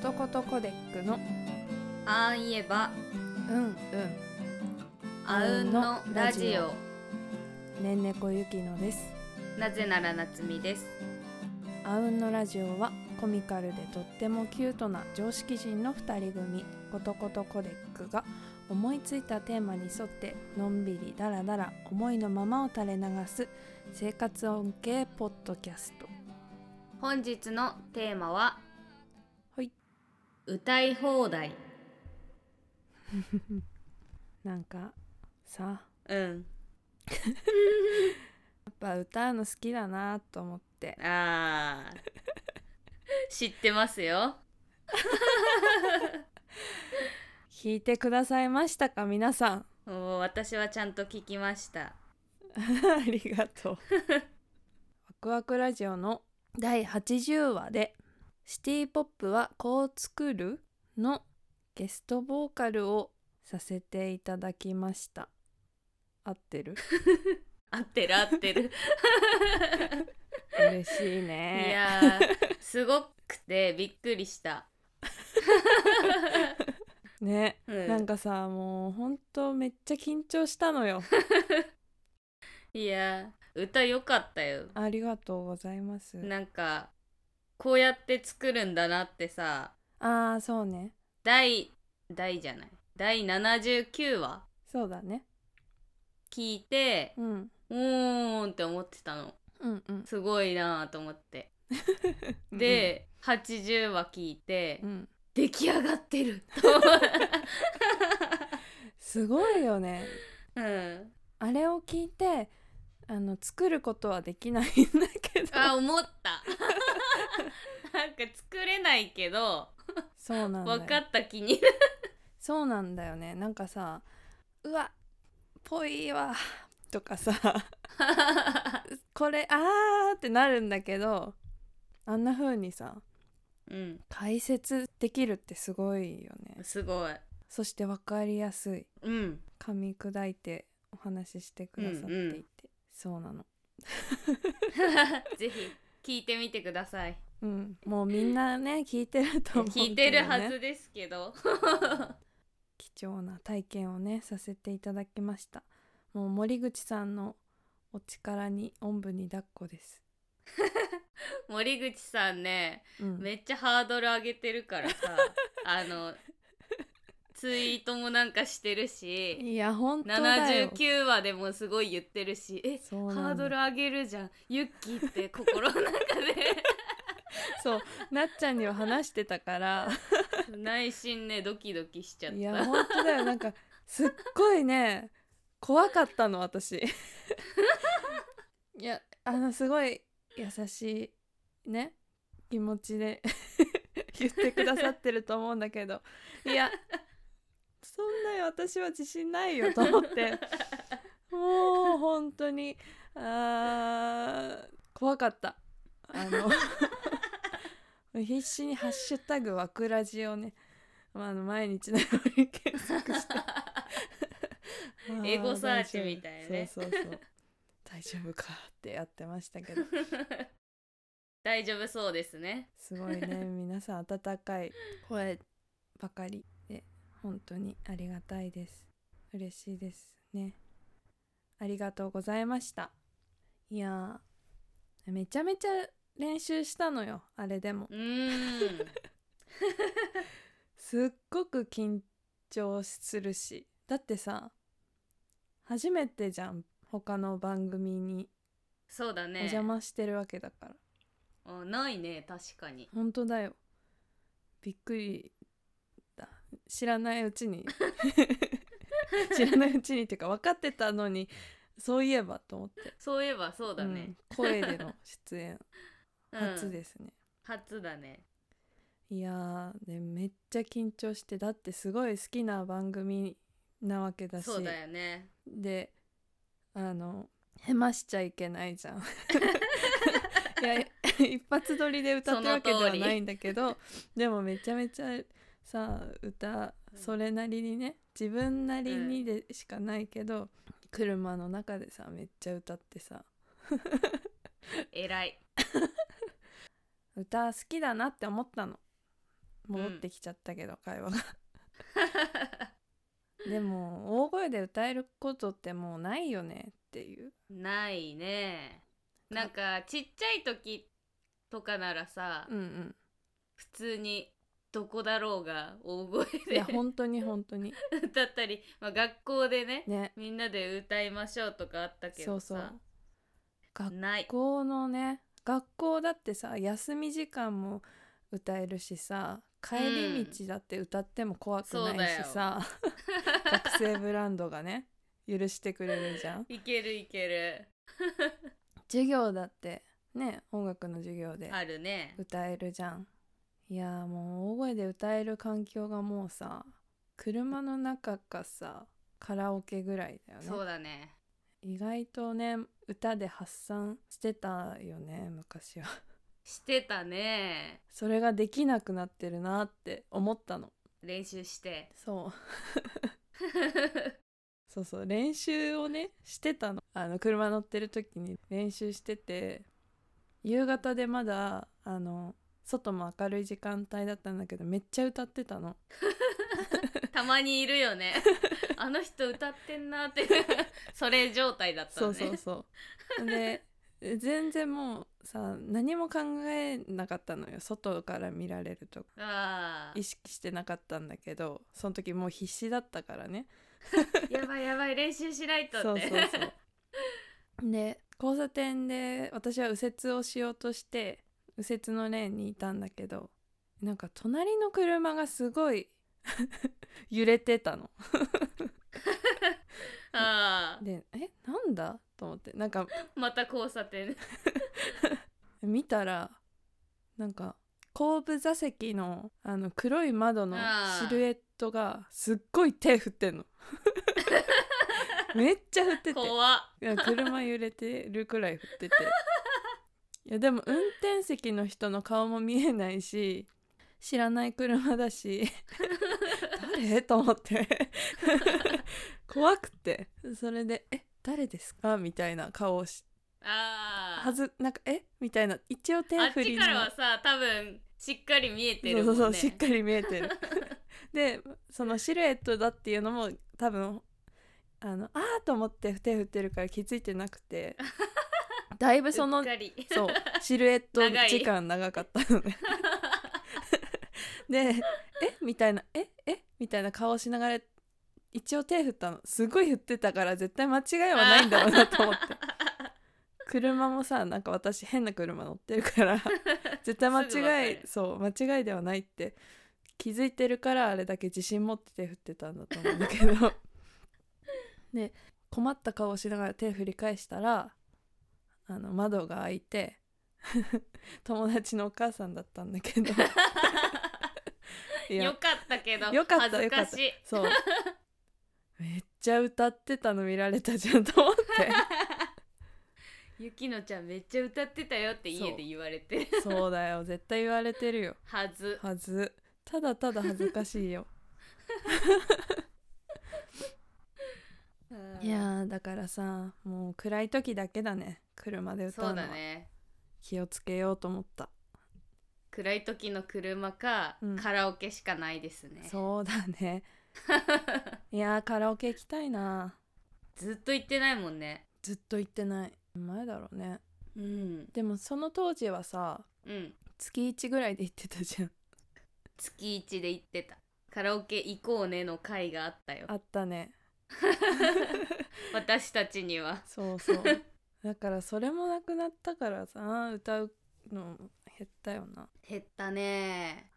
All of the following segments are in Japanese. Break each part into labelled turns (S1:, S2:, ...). S1: トコデックの
S2: あん言えば
S1: うんうん
S2: あうんのラジオ
S1: ねんねこゆきのです
S2: なぜなら夏美です
S1: あうんのラジオはコミカルでとってもキュートな常識人の2人組ことことコデックが思いついたテーマに沿ってのんびりだらだら思いのままを垂れ流す生活音系ポッドキャスト
S2: 本日のテーマは
S1: はい
S2: 歌い放題
S1: なんかさ
S2: うん
S1: やっぱ歌うの好きだなと思って
S2: あー 知ってますよ
S1: 弾いてくださいましたか皆さん
S2: もう私はちゃんと聞きました
S1: ありがとうワクワクラジオの第80話で「シティ・ポップはこう作る?」のゲストボーカルをさせていただきました合ってる
S2: 合ってる合ってる
S1: 嬉しい
S2: い
S1: ね
S2: やーすごくてびっくりした、
S1: ね、
S2: うん、
S1: なんかさもうほんとめっちゃ緊張したのよ
S2: いやー歌良かったよ
S1: ありがとうございます
S2: なんかこうやって作るんだなってさ
S1: ああそうね
S2: 第第じゃない第79話
S1: そうだね
S2: 聞いて
S1: うん
S2: うーんって思ってたの
S1: うんうん
S2: すごいなぁと思ってで、80話聞いて、
S1: うん、
S2: 出来上がってる
S1: すごいよね
S2: とうん
S1: あれを聞いてあの作ることはできないんだけど
S2: あ思った なんか作れないけど
S1: そうなんだよ
S2: 分かった気になる
S1: そうなんだよねなんかさ「うわぽいわ」とかさ「これあー」ってなるんだけどあんな風にさ
S2: うん
S1: 解説できるってすごいよね
S2: すごい
S1: そして分かりやすい
S2: うん
S1: 噛み砕いてお話ししてくださっていて、
S2: うんうん
S1: そうなの
S2: ぜひ聞いてみてください
S1: うんもうみんなね聞いてると思うけど、ね、
S2: 聞いてるはずですけど
S1: 貴重な体験をねさせていただきましたもう森口さんのお力におんぶに抱っこです、
S2: 森口さんね
S1: うん、
S2: めっちゃハードル上げてる からさあのツイートもなんかしてるし
S1: いや本当だよ
S2: 79話でもすごい言ってるしえ
S1: そうなんだ
S2: ハードル上げるじゃんユッキーって心の中
S1: そうなっちゃんには話してたから
S2: で内心ねドキドキしちゃっ
S1: い
S2: た
S1: や本当だよなんかすっごいね怖かったの私いやあのすごい優しいね気持ちで 言ってくださってると思うんだけどいやそんなに私は自信ないよと思って もう本当にあー怖かったあの必死に「ハッシュタグわくラジ」をね、まあ、あの毎日のように検索してあ
S2: エゴサーチみたいなね
S1: そうそうそう大丈夫かってやってましたけど
S2: 大丈夫そうですね
S1: すごいね皆さん温かい声ばかりで本当にありがたいです嬉しいですねありがとうございましたいやーめちゃめちゃ練習したのよあれでも
S2: うーん
S1: すっごく緊張するしだってさ初めてじゃん他の番組に
S2: そうだ
S1: お
S2: ね
S1: 邪魔してるわけだから、
S2: あないね確かに
S1: 本当だよびっくりだ知らないう ちに知らないうちにっていうか分かってたのにそういえばと思って
S2: そういえばそうだね、
S1: うん声での出演
S2: うん
S1: 初ですね、
S2: 初だね
S1: いやーでめっちゃ緊張してだってすごい好きな番組なわけだし
S2: そうだよね
S1: であのへましちゃいけないじゃん。 い や一発撮りで歌ってるわけではないんだけどでもめちゃめちゃさ歌
S2: うん
S1: それなりにね自分なりにでしかないけど、車の中でさめっちゃ歌ってさ
S2: 偉い
S1: 歌好きだなって思ったの戻ってきちゃったけど、会話がでも大声で歌えることってもうないよねっていう
S2: ないねなんかちっちゃい時とかならさ、
S1: うんうん
S2: 普通にどこだろうが大声
S1: い
S2: で
S1: や本当に本当に
S2: 歌ったり、まあ、学校でね
S1: ね
S2: みんなで歌いましょうとかあったけ
S1: そ
S2: ど
S1: う
S2: さ
S1: そう学
S2: ない
S1: 校のね学校だってさ休み時間も歌えるしさ帰り道だって歌っても怖く
S2: そう
S1: ない
S2: だ
S1: し
S2: よ
S1: さ、学生ブランドがね許してくれるじゃ ん
S2: いけるいける
S1: 授業だってね音楽の授業で
S2: あるね
S1: 歌えるじゃんいやーもう大声で歌える環境がもうさ車の中かさカラオケぐらいだよね
S2: そうだね
S1: 意外とね歌で発散してたよね昔は
S2: してたね
S1: それができなくなってるなって思ったの
S2: 練習して
S1: そう そうそう練習をねしてたのあの車乗ってる時に練習してて夕方でまだあの外も明るい時間帯だったんだけどめっちゃ歌ってたの
S2: たまにいるよ ねあの人歌ってんなってそれ状態だった
S1: そ
S2: の
S1: う
S2: ね
S1: そうそうで全然もうさ何も考えなかったのよ外から見られるとか
S2: あ
S1: 意識してなかったんだけどその時もう必死だったからね
S2: ーやばいやばい練習しないと
S1: そ
S2: っ
S1: う
S2: て
S1: そうそうで交差点で私は右折をしようとして右折のレーンにいたんだけどなんか隣の車がすごい 揺れてたの
S2: あ
S1: でえなんだと思ってなんか
S2: ーまた交差 点
S1: 見たらなんか後部座席のあの黒い窓の
S2: あー
S1: シルエットがすっごい手振ってんの めっちゃ振ってて
S2: 怖っ
S1: いや車揺れてるくらい振 ってていやでも運転席の人の顔も見えないし知らない車だ し誰と思って 怖くてそれで「え誰ですか?」みたいな顔をし
S2: あー
S1: はずなんか「えみたいな一応手
S2: あっ
S1: 振り
S2: ち
S1: の
S2: からはさ多分しっかり見えてる
S1: そ
S2: も
S1: うんそうそう
S2: ね
S1: しっかり見え てるでそのシルエットだっていうのも多分あのあーと思って手振ってるから気づいてなくて だいぶその
S2: うっかり
S1: そう シルエット
S2: 長い
S1: 時間長かったのねで「えみたいな「ええみたいな顔をしながら一応手振ったのすごい振ってたから絶対間違いはないんだろうなと思って車もさなんか私変な車乗ってるから 絶対間
S2: すぐわか
S1: 違い
S2: る
S1: そう間違いではないって気づいてるからあれだけ自信持って手振ってたんだと思うんだけどで困った顔をしながら手振り返したらあの窓が開いて 友達のお母さんだったんだ けどいや
S2: よかったけど
S1: よかった
S2: 恥ず
S1: よか
S2: か
S1: った
S2: しい
S1: そうめっちゃ歌ってたの見られたじゃんと思って
S2: ゆきのちゃんめっちゃ歌ってたよって家で言われてる
S1: そうだよ絶対言われてるよ
S2: はず
S1: はずただただ恥ずかしい よいやーだからさもう暗い時だけだね車で歌
S2: そう
S1: うのは
S2: だね
S1: 気をつけようと思った
S2: 暗い時の車か、
S1: うん
S2: カラオケしかないですね
S1: そうだ ねいやーカラオケ行きたいな
S2: ずっと行ってないもんね
S1: ずっと行ってない前だろうね
S2: うん
S1: でもその当時はさ
S2: うん
S1: 月1ぐらいで行ってたじゃん
S2: 月一で行ってたカラオケ行こうねの会があった よ
S1: あったね
S2: 私たちには
S1: そう そうだからそれもなくなったからさ歌うの減ったよな
S2: 減ったね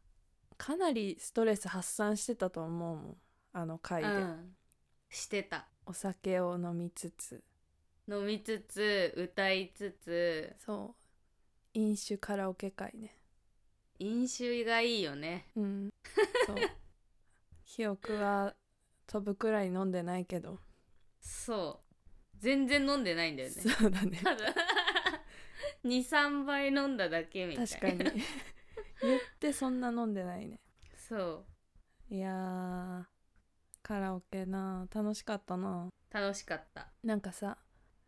S1: かなりストレス発散してたと思うもんあの
S2: う
S1: 回で、
S2: んしてた
S1: お酒を飲みつつ
S2: 飲みつつ歌いつつ
S1: そう飲酒カラオケ会ね
S2: 飲酒がいいよね
S1: うん そう記憶は飛ぶくらい飲んでないけど、
S2: そう全然飲んでないんだよね
S1: そうだね
S2: ただ23杯飲んだだけみたいな
S1: 確かに 言ってそんな飲んでないね
S2: そう
S1: いやーカラオケな楽しかったな
S2: 楽しかった
S1: なんかさ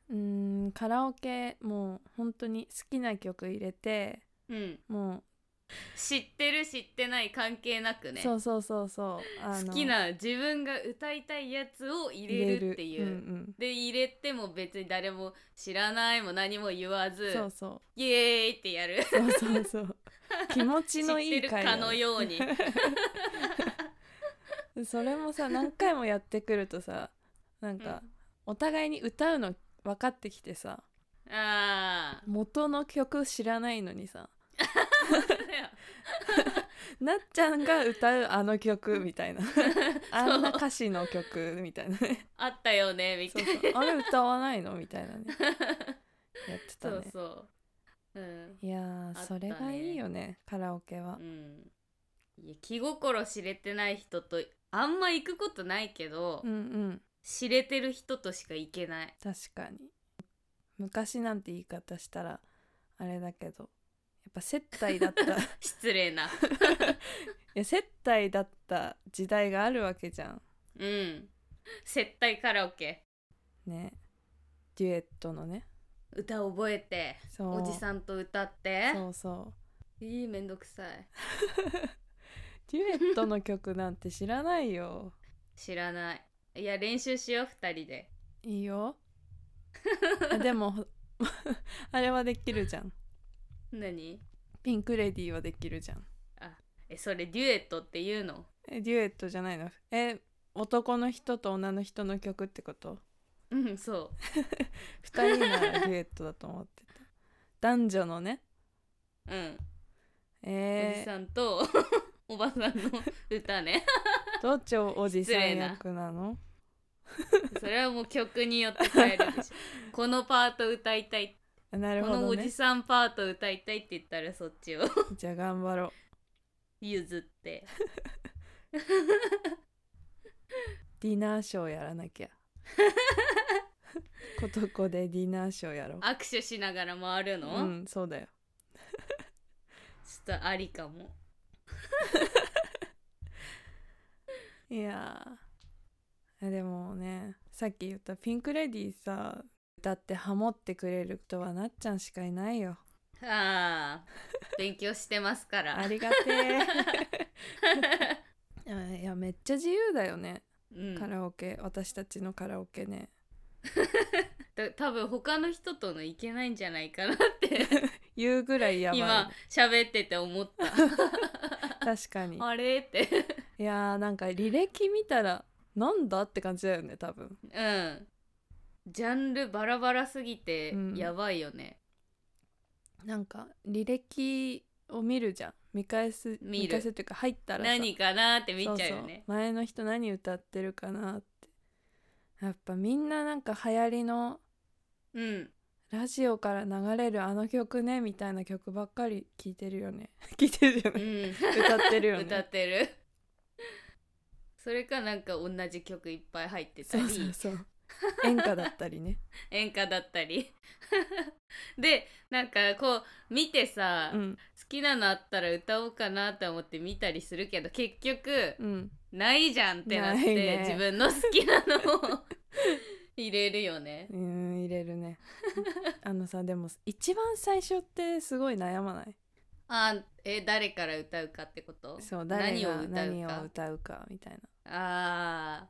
S1: うーんカラオケもう本当に好きな曲入れて
S2: うん
S1: もう
S2: 知ってる知ってない関係なくね
S1: そうそうそうそうあの
S2: 好きな自分が歌いたいやつを入れるってい
S1: 入
S2: う。
S1: れるうん
S2: で入れても別に誰も知らないも何も言わ
S1: う
S2: ず
S1: ん、そうそう
S2: イエーイってやる
S1: そうそうそう 気持
S2: 知
S1: ちの
S2: っ
S1: い
S2: て
S1: い
S2: る
S1: 回
S2: か
S1: だ
S2: の
S1: ね
S2: ように
S1: それもさ何回もやってくるとさなんか、お互いに歌うの分かってきてさ
S2: ああ
S1: 元の曲知らないのにさなっちゃんが歌うあの曲みたいな あんな歌詞の曲みたいなね
S2: あったよねみ
S1: そ
S2: たいうな
S1: そうあれ歌わないのみたいなねやってた
S2: そ
S1: ね
S2: うそううん、
S1: いや
S2: あ
S1: ー
S2: ったね
S1: それがいいよねカラオケは
S2: うん、いや気心知れてない人とあんま行くことないけど、
S1: うんうん
S2: 知れてる人としか行けない
S1: 確かに昔なんて言い方したらあれだけどやっぱ接待だった い
S2: 失礼 な
S1: や接待だった時代があるわけじゃん
S2: うん接待カラオケ
S1: ねデュエットのね
S2: 歌覚えて
S1: そう
S2: おじさんと歌って
S1: そうそう
S2: いいめんどくさい
S1: デュエットの曲なんて知らないよ
S2: 知らないいや練習しよう2人で
S1: いい よあでも あれはできるじゃん
S2: 何
S1: ピンクレディーはできるじゃん
S2: えそれデュエットっていうの
S1: えデュエットじゃないのえ男の人と女の人の曲ってこと
S2: うんそ
S1: 2人ならデュエットだと思って た男女のね
S2: ううん、おじ
S1: え
S2: さんと おばさんの 歌ね
S1: ー、どっちをおじさ
S2: 失
S1: ん
S2: 礼な
S1: 役な の
S2: それはもう曲によって変えるでしょこのパート歌いたい、
S1: あなる
S2: こ
S1: ほ
S2: の
S1: ど
S2: お
S1: ね
S2: じさんパート歌いたいって言ったらそっちを
S1: じゃあ頑張ろう
S2: 譲って
S1: ディナーショーやらな きゃことこでディナーショーやろう
S2: 握手しながら回るの、
S1: うんそうだよ
S2: ちょっとありかも
S1: いやーあでもねさっき言ったピンクレディーさ歌ってハモってくれる人はなっちゃんしかいないよ
S2: ああ勉強してますから
S1: ありがて えいやめっちゃ自由だよね、
S2: うん
S1: カラオケ私たちのカラオケね
S2: た多分他の人とのいけないんじゃないかなって
S1: 言うぐらいやばい
S2: 今喋ってて思った
S1: 確かに
S2: あれって
S1: いやーなんか履歴見たらなんだって感じだよね多分
S2: うんジャンルバラバラすぎて
S1: うん
S2: やばいよね、
S1: なんか履歴を見るじゃん見返す
S2: 見る
S1: 返すっていうか入ったらさ
S2: 何かなって見ちゃうよ
S1: そう
S2: ね
S1: そう前の人何歌ってるかなってやっぱみんななんか流行りの
S2: うん
S1: ラジオから流れるあの曲ねみたいな曲ばっかり聴いてるよ ね聴いてるよ
S2: う
S1: ね
S2: ん
S1: 歌ってるよね
S2: 歌ってるそれかなんか同じ曲いっぱい入ってた
S1: そ
S2: り
S1: うそうそう演歌だったりね
S2: 演歌だったり でなんかこう見てさ、
S1: う
S2: 好
S1: ん
S2: きなのあったら歌おうかなって思って見たりするけど結局、
S1: うん
S2: ないじゃんってなって
S1: ないね
S2: 自分の好きなのを 入れるよね
S1: うーん入れるねあのさでも一番最初ってすごい悩まない
S2: あえ誰から歌うかってこと
S1: そう誰が
S2: 何を歌
S1: 何を
S2: う
S1: 歌うかみたいな
S2: かあ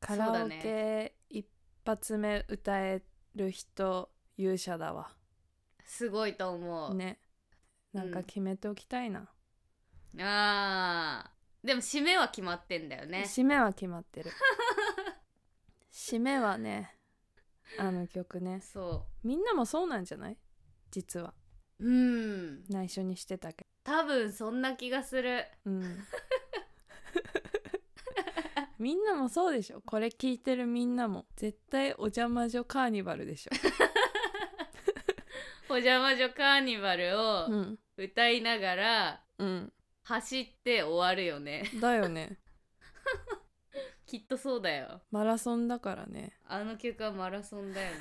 S1: カ
S2: そう
S1: ラ
S2: だ
S1: オ
S2: ね
S1: ケ一発目歌える人勇者だわ
S2: ーすごいと思う、
S1: ねなん
S2: う
S1: か
S2: ん
S1: 決めておきたいな、
S2: あーでも締めは決まってんだよね
S1: 締めは決まって る締めはねあの曲ね
S2: そ
S1: みんなもそうなんじゃない実は
S2: ううん
S1: 内緒にしてたけ
S2: 多分そんな気がする
S1: どうん みんなもそうでしょこれ聞いてるみんなも絶対お邪魔女カーニバルでし
S2: 「お邪魔女カーニバル」
S1: ょ
S2: を
S1: ん
S2: 歌いながら
S1: うん
S2: 走って終わるよね
S1: だよね
S2: きっとそうだよ
S1: マラソンだからね
S2: あの曲はマラソン だよね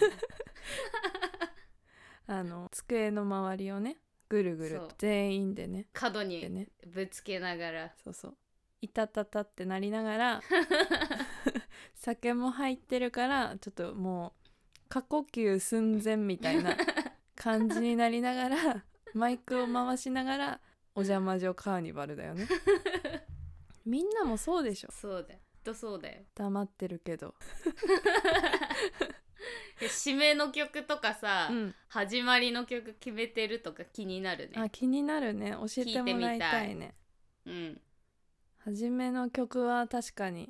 S1: あの机の周りをねぐるぐる
S2: そう
S1: と全員でね
S2: 角
S1: で
S2: に
S1: ね
S2: ぶつけながら
S1: そうそういたたたってなりながら酒も入ってるからちょっともう過呼吸寸前みたいな感じになりながらマイクを回しながらお邪魔女カーニバルだよねみんなもそうでしょ
S2: そうだよきっとそうだよ
S1: 黙ってるけど、
S2: いや締めの曲とかさ、
S1: うん、
S2: 始まりの曲決めてるとか気になる
S1: あ
S2: ね
S1: 気になるね教えてもらいた
S2: 聞いて
S1: い
S2: み
S1: ね
S2: うん
S1: 初めの曲は確かに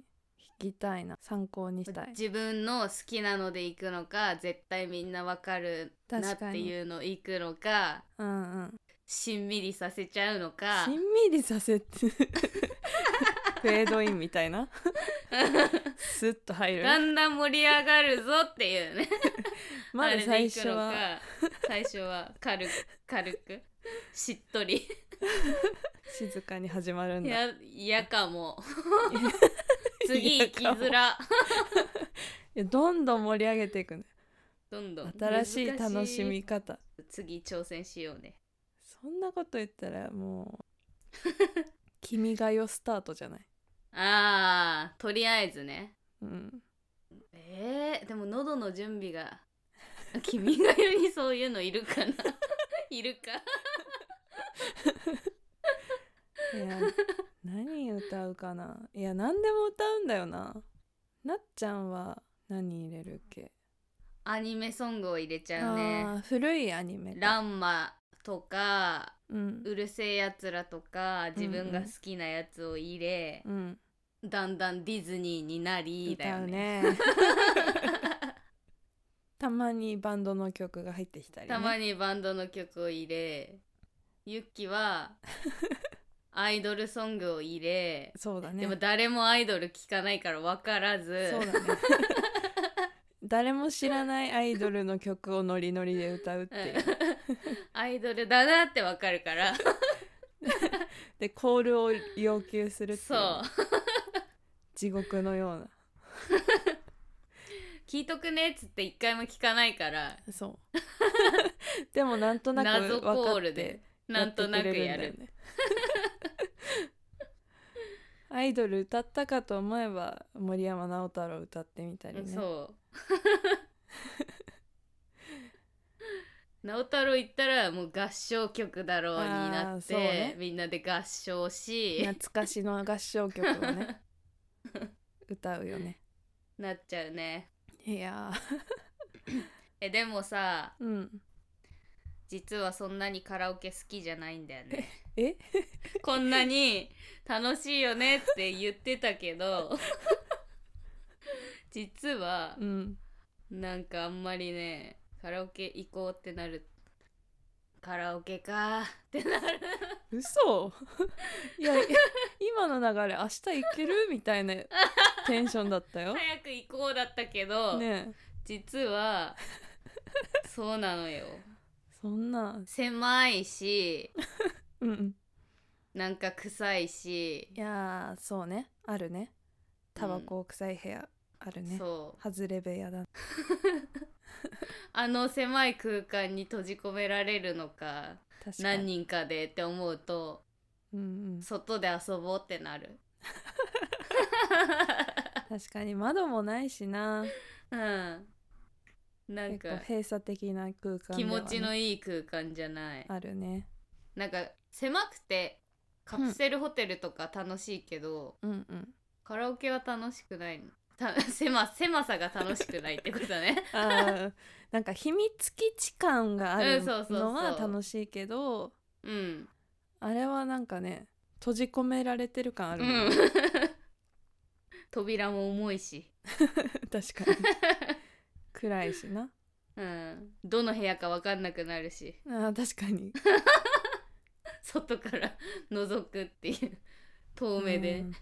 S1: 弾きたいな参考にしたい
S2: 自分の好きなので行くのか絶対みんなわかるなっ
S1: 確か
S2: て
S1: に
S2: いうの行くのか
S1: うんうん
S2: しんみりさせちゃうのか
S1: しんみりさせてフェードインみたいなスッと入る
S2: だんだん盛り上がるぞっていうね
S1: ま
S2: あ
S1: だ
S2: れで
S1: 最
S2: 行く
S1: 初
S2: の
S1: は
S2: か最初は軽く軽くしっとり
S1: 静かに始まるん
S2: い
S1: だ
S2: や嫌 かも次行きづら
S1: いやどんどん盛り上げていくね
S2: どんどん
S1: 新しい
S2: 難
S1: 楽しみ方
S2: 次挑戦しようね
S1: そんなこと言ったらもう「君が代」スタートじゃない、
S2: あーとりあえずね
S1: うん、
S2: えー、でも喉の準備が君が代にそういうのいるか ないるか
S1: い や何歌うかないや何でも歌うんだよななっちゃんは何入れるっけ、
S2: アニメソングを入れち
S1: あ
S2: ゃうね
S1: ー古いアニメか
S2: 「ランマ」とか
S1: うん
S2: 「うるせえやつら」とか自分が好きなやつを入れ、
S1: うん
S2: だんだんディズニーになりだ
S1: 歌
S2: よ
S1: う
S2: ね
S1: ねたまにバンドの曲が入ってきたり、ね、
S2: たまにバンドの曲を入れユッ キはアイドルソングを入れ、
S1: そうだね
S2: でも誰もアイドル聴かないから分からず
S1: そう だね誰も知らないアイドルの曲をノリノリで歌うっていう、
S2: アイドルだなってわかる から
S1: でコールを要求するってい
S2: そうう
S1: 地獄のよう
S2: 聞いとくねっつって一回も聞かないから
S1: なそう でもなんとなく
S2: 謎
S1: 分か
S2: コー
S1: っ
S2: ル
S1: て
S2: でなんとなくや
S1: ってくれ
S2: る
S1: んだよね アイドル歌ったかと思えば森山直太朗歌ってみたりね
S2: そう 直太朗行ったらもう合唱曲だろうにな
S1: あー
S2: っ
S1: そ
S2: て、
S1: うね
S2: みんなで合唱し
S1: 懐かしの合唱曲を ね歌うよね
S2: なっちゃうね
S1: いや
S2: えでもさ
S1: ーうん
S2: 実はそんなにカラオケ好きじゃないんだよね
S1: え
S2: こんなに楽しいよねって言ってたけど 実は
S1: うん
S2: なんかあんまりねカラオケ行こうってなるカラオケかってなる
S1: 嘘いやいや今の流れ明日行けるみたいなテンションだったよ
S2: 早
S1: ね
S2: く行こうだったけど、
S1: え
S2: 実はそうなのよ
S1: そんな
S2: 狭いし
S1: うんうん
S2: なんか臭いし
S1: いやーそうねあるねタバコ臭い部屋あるね、
S2: そう
S1: 外れ部屋だ
S2: あの狭い空間に閉じ込められるのか
S1: 確か
S2: 何
S1: に
S2: 人かでって思うと
S1: うんうん、
S2: 外で遊ぼうってなる
S1: 確かに窓もないしな
S2: うんなん
S1: 結構
S2: か
S1: 閉鎖的な空間
S2: 気
S1: ではね、
S2: 持ちのいい空間じゃない
S1: あるね
S2: なんか狭くてカプセルホテルとか楽しいけど、
S1: うんうん
S2: カラオケは楽しくないのた 狭狭さが楽しくないってことね
S1: あーなんか秘密基地感がある
S2: うんそうそうそ
S1: の
S2: う
S1: は楽しいけど、
S2: うん
S1: あれはなんかね閉じ込められてる感あ
S2: う
S1: るもんね、
S2: ん 扉も重いし、
S1: 確かに暗いしな
S2: うん、どの部屋か分かんなくなるし
S1: あー確かに
S2: 外から覗くっていう遠目で、
S1: うん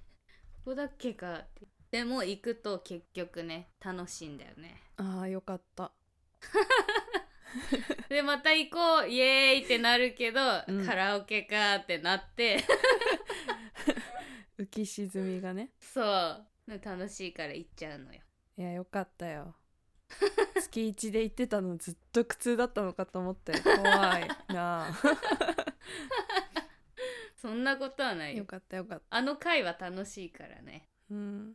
S2: ここだっけかってでも行くと結局ね楽しいんだよね
S1: ああよかった
S2: でまた行こうイエーイってなるけど、
S1: うん
S2: カラオケかーってなって
S1: 浮き沈みがね
S2: そう楽しいから行っちゃうのよ
S1: いやよかったよ 月一で行ってたのずっと苦痛だったのかと思って怖いなあ
S2: そんなことはない
S1: よ
S2: よ
S1: かったよかった
S2: あの回は楽しいからね
S1: うん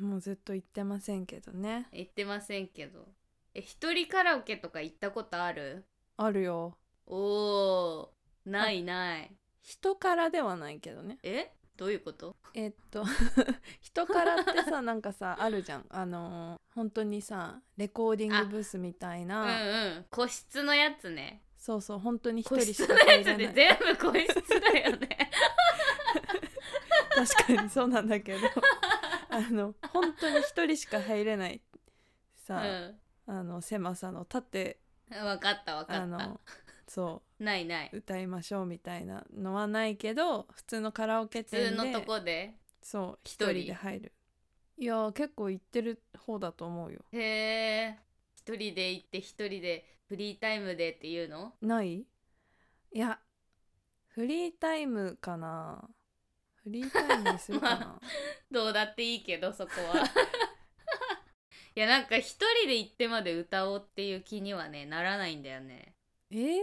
S1: もうずっと行ってませんけどね
S2: 行ってませんけどえ一人カラオケとか行ったことある
S1: あるよ
S2: おーないない
S1: 人からではないけどね
S2: えどういうこと
S1: えっと 人からってさなんかさあるじゃんあのー本当にさレコーディングブースみたい
S2: うんう
S1: な、
S2: ん個室のやつね
S1: そうそう本当に一
S2: 個
S1: 人し
S2: 室
S1: か
S2: の
S1: 入
S2: やつ
S1: れ
S2: で
S1: ない
S2: 全部個室だよね
S1: 確かにそうなんだけど あの本当に一人しか入れないうさ、 あの狭さの立って
S2: ん分かった分
S1: あ
S2: かった
S1: のそ
S2: ないないう
S1: 歌いましょうみたいなのはないけど普通のカラオケ
S2: 普通
S1: 店で
S2: のとこで
S1: そう
S2: 一
S1: 一
S2: 人
S1: 人で入るいやー結構行ってる方だと思うよ
S2: へえ一人で行って一人でフリータイムでっていうの
S1: ないいやフリータイムかなフリータイムにするかな、
S2: まどうだっていいけどそこはいやなんか一人で行ってまで歌おうっていう気にはねならないんだよね
S1: えー、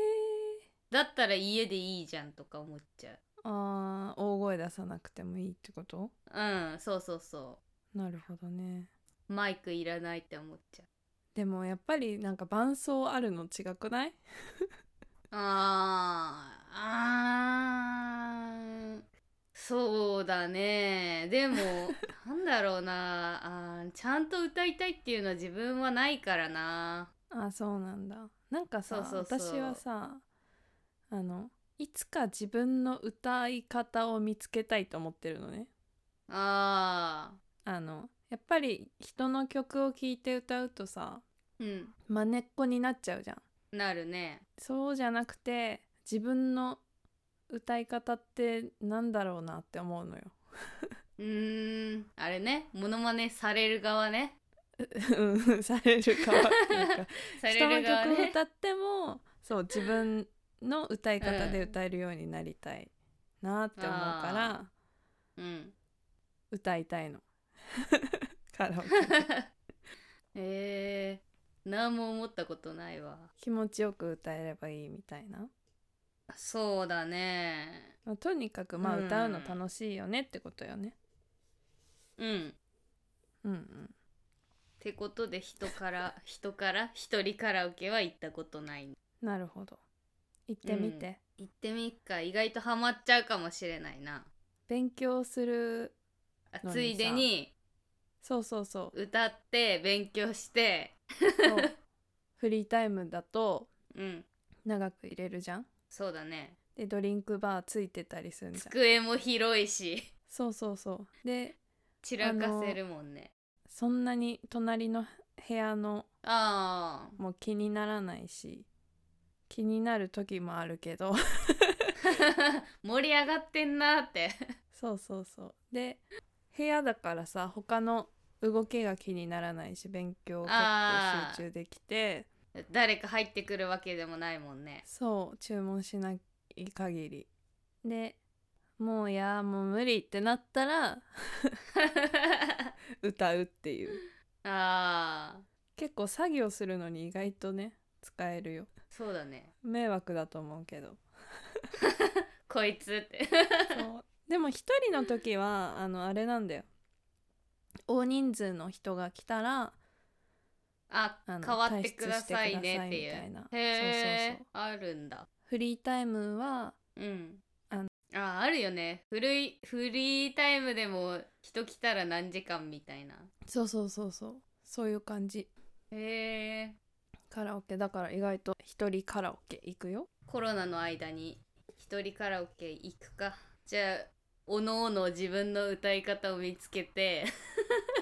S2: だったら家でいいじゃんとか思っちゃ
S1: あー大声出さなくてもいいってこと
S2: ううんそうそうそ
S1: なるほどね
S2: うマイクいらないって思っちゃう
S1: でもやっぱりなんか伴奏あるの違くない
S2: あーあーそうだねでも なんだろうなあーちゃんと歌いたいっていうのは自分はないからな
S1: あそうなんだなんかさ
S2: そうそうそう
S1: 私はさあのいつか自分の歌い方を見つけたいと思ってるのね
S2: あ
S1: あのやっぱり人の曲を聴いて歌うとさ
S2: ー
S1: 真似っこになっちゃうじゃん
S2: うんなるね
S1: そうじゃなくて自分の歌い方ってなんだろうなって思うのよ
S2: うーんあれねモノマネされる側ね
S1: うんされる側っていう か
S2: され
S1: 人の
S2: る側
S1: 曲を
S2: ね
S1: 歌ってもそう自分の歌い方で歌えるようになりたいなって思うから、
S2: うん
S1: 歌いたいの カ ラオケ
S2: えー、何も思ったことないわ
S1: 気持ちよく歌えればいいみたいな、
S2: そうだね
S1: まあとにかくまあ
S2: うん
S1: 歌うの楽しいよねってことよね
S2: うん
S1: うんうん
S2: ってことで人から人から一人カラオケは行ったことない
S1: なるほど行ってみて、
S2: 行ってみっか意外とハマっちゃうかもしれないな
S1: 勉強する
S2: あ
S1: 何さ
S2: ついでに
S1: そうそうそう
S2: 歌って勉強して
S1: そうフリータイムだと
S2: うん
S1: 長く入れるじゃん
S2: そうだね
S1: でドリンクバーついてたりするんじゃん
S2: 机も広いし
S1: そうそうそうで
S2: 散らかせるもんね
S1: そんなに隣の部屋の
S2: あ
S1: もう気にならないし気になる時もあるけど
S2: あ 盛り上がってんなって
S1: そうそうそうで部屋だからさ他の動きが気にならないし勉強結
S2: あ
S1: 構
S2: ー
S1: 集中できて
S2: 誰か入ってくるわけでもないもんね
S1: そう注文しない限りでもういやーもう無理ってなったら歌うっていう
S2: ああ
S1: 結構作業するのに意外とね使えるよ
S2: そうだね
S1: 迷惑だと思うけど
S2: こいつって
S1: そう でも一人の時はあのあれなんだよ大人数の人が来たら
S2: あ
S1: あの
S2: 変わってください
S1: 退
S2: ね
S1: 出してください
S2: ってい
S1: みたいうな
S2: へ
S1: そう
S2: え
S1: そう
S2: あるんだ
S1: フリータイムは
S2: うん
S1: あの
S2: ああるよね古いフリータイムでも人来たら何時間みたいな
S1: そうそうそうそうそういう感じ
S2: へえ
S1: カラオケだから意外と一人カラオケ行く よ
S2: コロナの間に一人カラオケ行くかじゃあおのおの自分の歌い方を見つけ て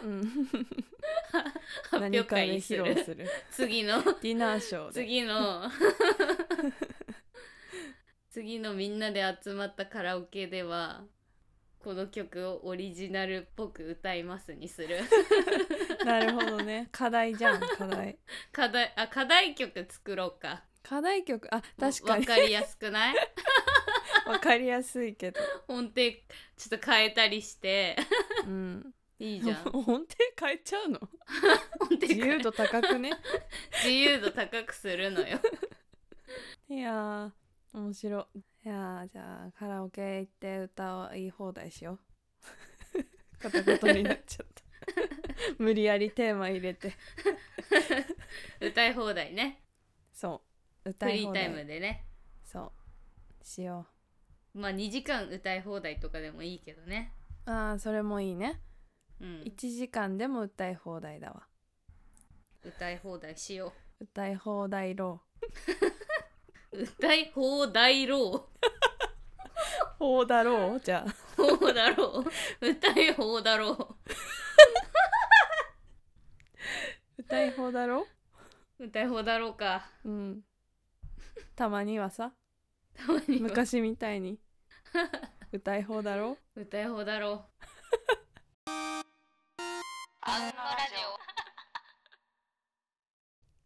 S1: うん
S2: 発表
S1: 何かで
S2: 会にす
S1: 披露
S2: る
S1: する
S2: 次の
S1: ディナーショーで
S2: 次の 次のみんなで集まったカラオケではこの曲をオリジナルっぽく歌いますにする
S1: なるほどね課題じゃん課題
S2: 課題あ課題曲作ろうか
S1: 課題曲あ確か
S2: わ
S1: に
S2: かりやすくない
S1: わかりやすいけど、
S2: 音程ちょっと変えたり して
S1: うん、
S2: いい じゃん音
S1: 音程変えちゃうの
S2: 程
S1: 自由
S2: 変え
S1: 度高くね
S2: 自由度高くする のよ
S1: いやー面白いいやーじゃあカラオケ行って歌はいい放題し よう片言になっちゃった 無理やりテーマ入れて
S2: 歌い放題ね
S1: そう
S2: フ
S1: 歌い
S2: リー
S1: 放
S2: タ
S1: 題
S2: イムでね
S1: そうしよ
S2: まあ2時間歌い放題とかでもいいけどね
S1: うあーそれもいいね、
S2: うん
S1: 1時間でも歌い放題だわ
S2: 歌い放題しよ
S1: 歌い放題ロ
S2: う歌い放題ろ
S1: ー放だろうじゃあ
S2: うほうだろう歌い放だろ
S1: 歌い放だろ
S2: う歌い放だろうか
S1: ううんたまにはさ
S2: たまには
S1: 昔みたいに歌い放だろ
S2: 歌い放だろう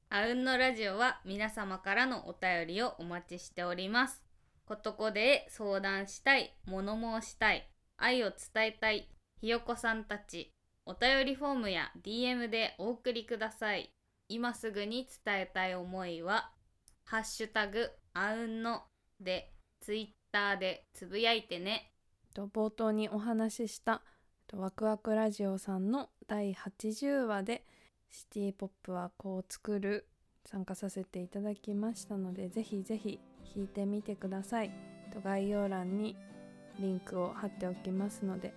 S2: あうんのラジオは皆様からのお便りをお待ちしておりますことこで相談したい物申したい愛を伝えたいひよこさんたちお便りフォームや DM でお送りください今すぐに伝えたい思いは「ハッシュタグあうんの」でツイッターでつぶやいてね
S1: と冒頭にお話ししたとワクワクラジオさんの第80話で「シティ・ポップはこう作る」参加させていただきましたのでぜひぜひ弾いてみてくださいと概要欄にリンクを貼っておきますので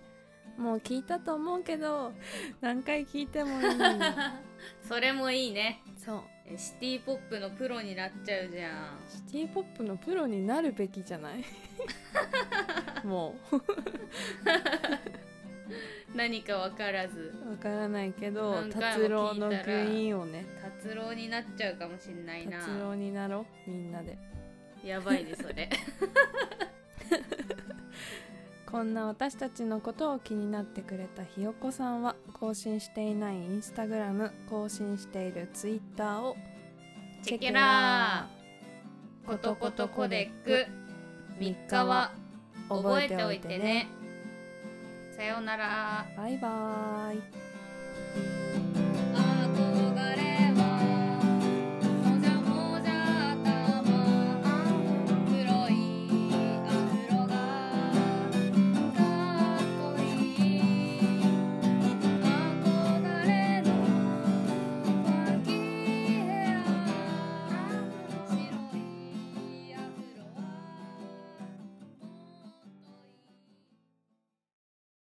S1: もう聞いたと思うけど何回聞いてもいい
S2: それもいいね
S1: そう
S2: えシティポップのプロになっちゃうじゃん
S1: シティ・ポップのプロになるべきじゃ ないもう
S2: 何か分からず
S1: わからないけど
S2: 何回
S1: 達
S2: も
S1: 郎
S2: 聞いた
S1: の
S2: ら
S1: グイーンをね
S2: 達郎になっちゃうかもしんないな
S1: 達郎になろうみんなで
S2: やばいね それ
S1: こんな私たちのことを気になってくれたひよこさんは更新していないインスタグラム更新しているツイッターを
S2: チェケラー
S1: コト
S2: コト
S1: コ
S2: コ
S1: ト
S2: ト
S1: コ
S2: コ
S1: デ
S2: デ
S1: ッ
S2: ッ
S1: ク
S2: ク3日は覚えておいてねさようなら
S1: バイバーイ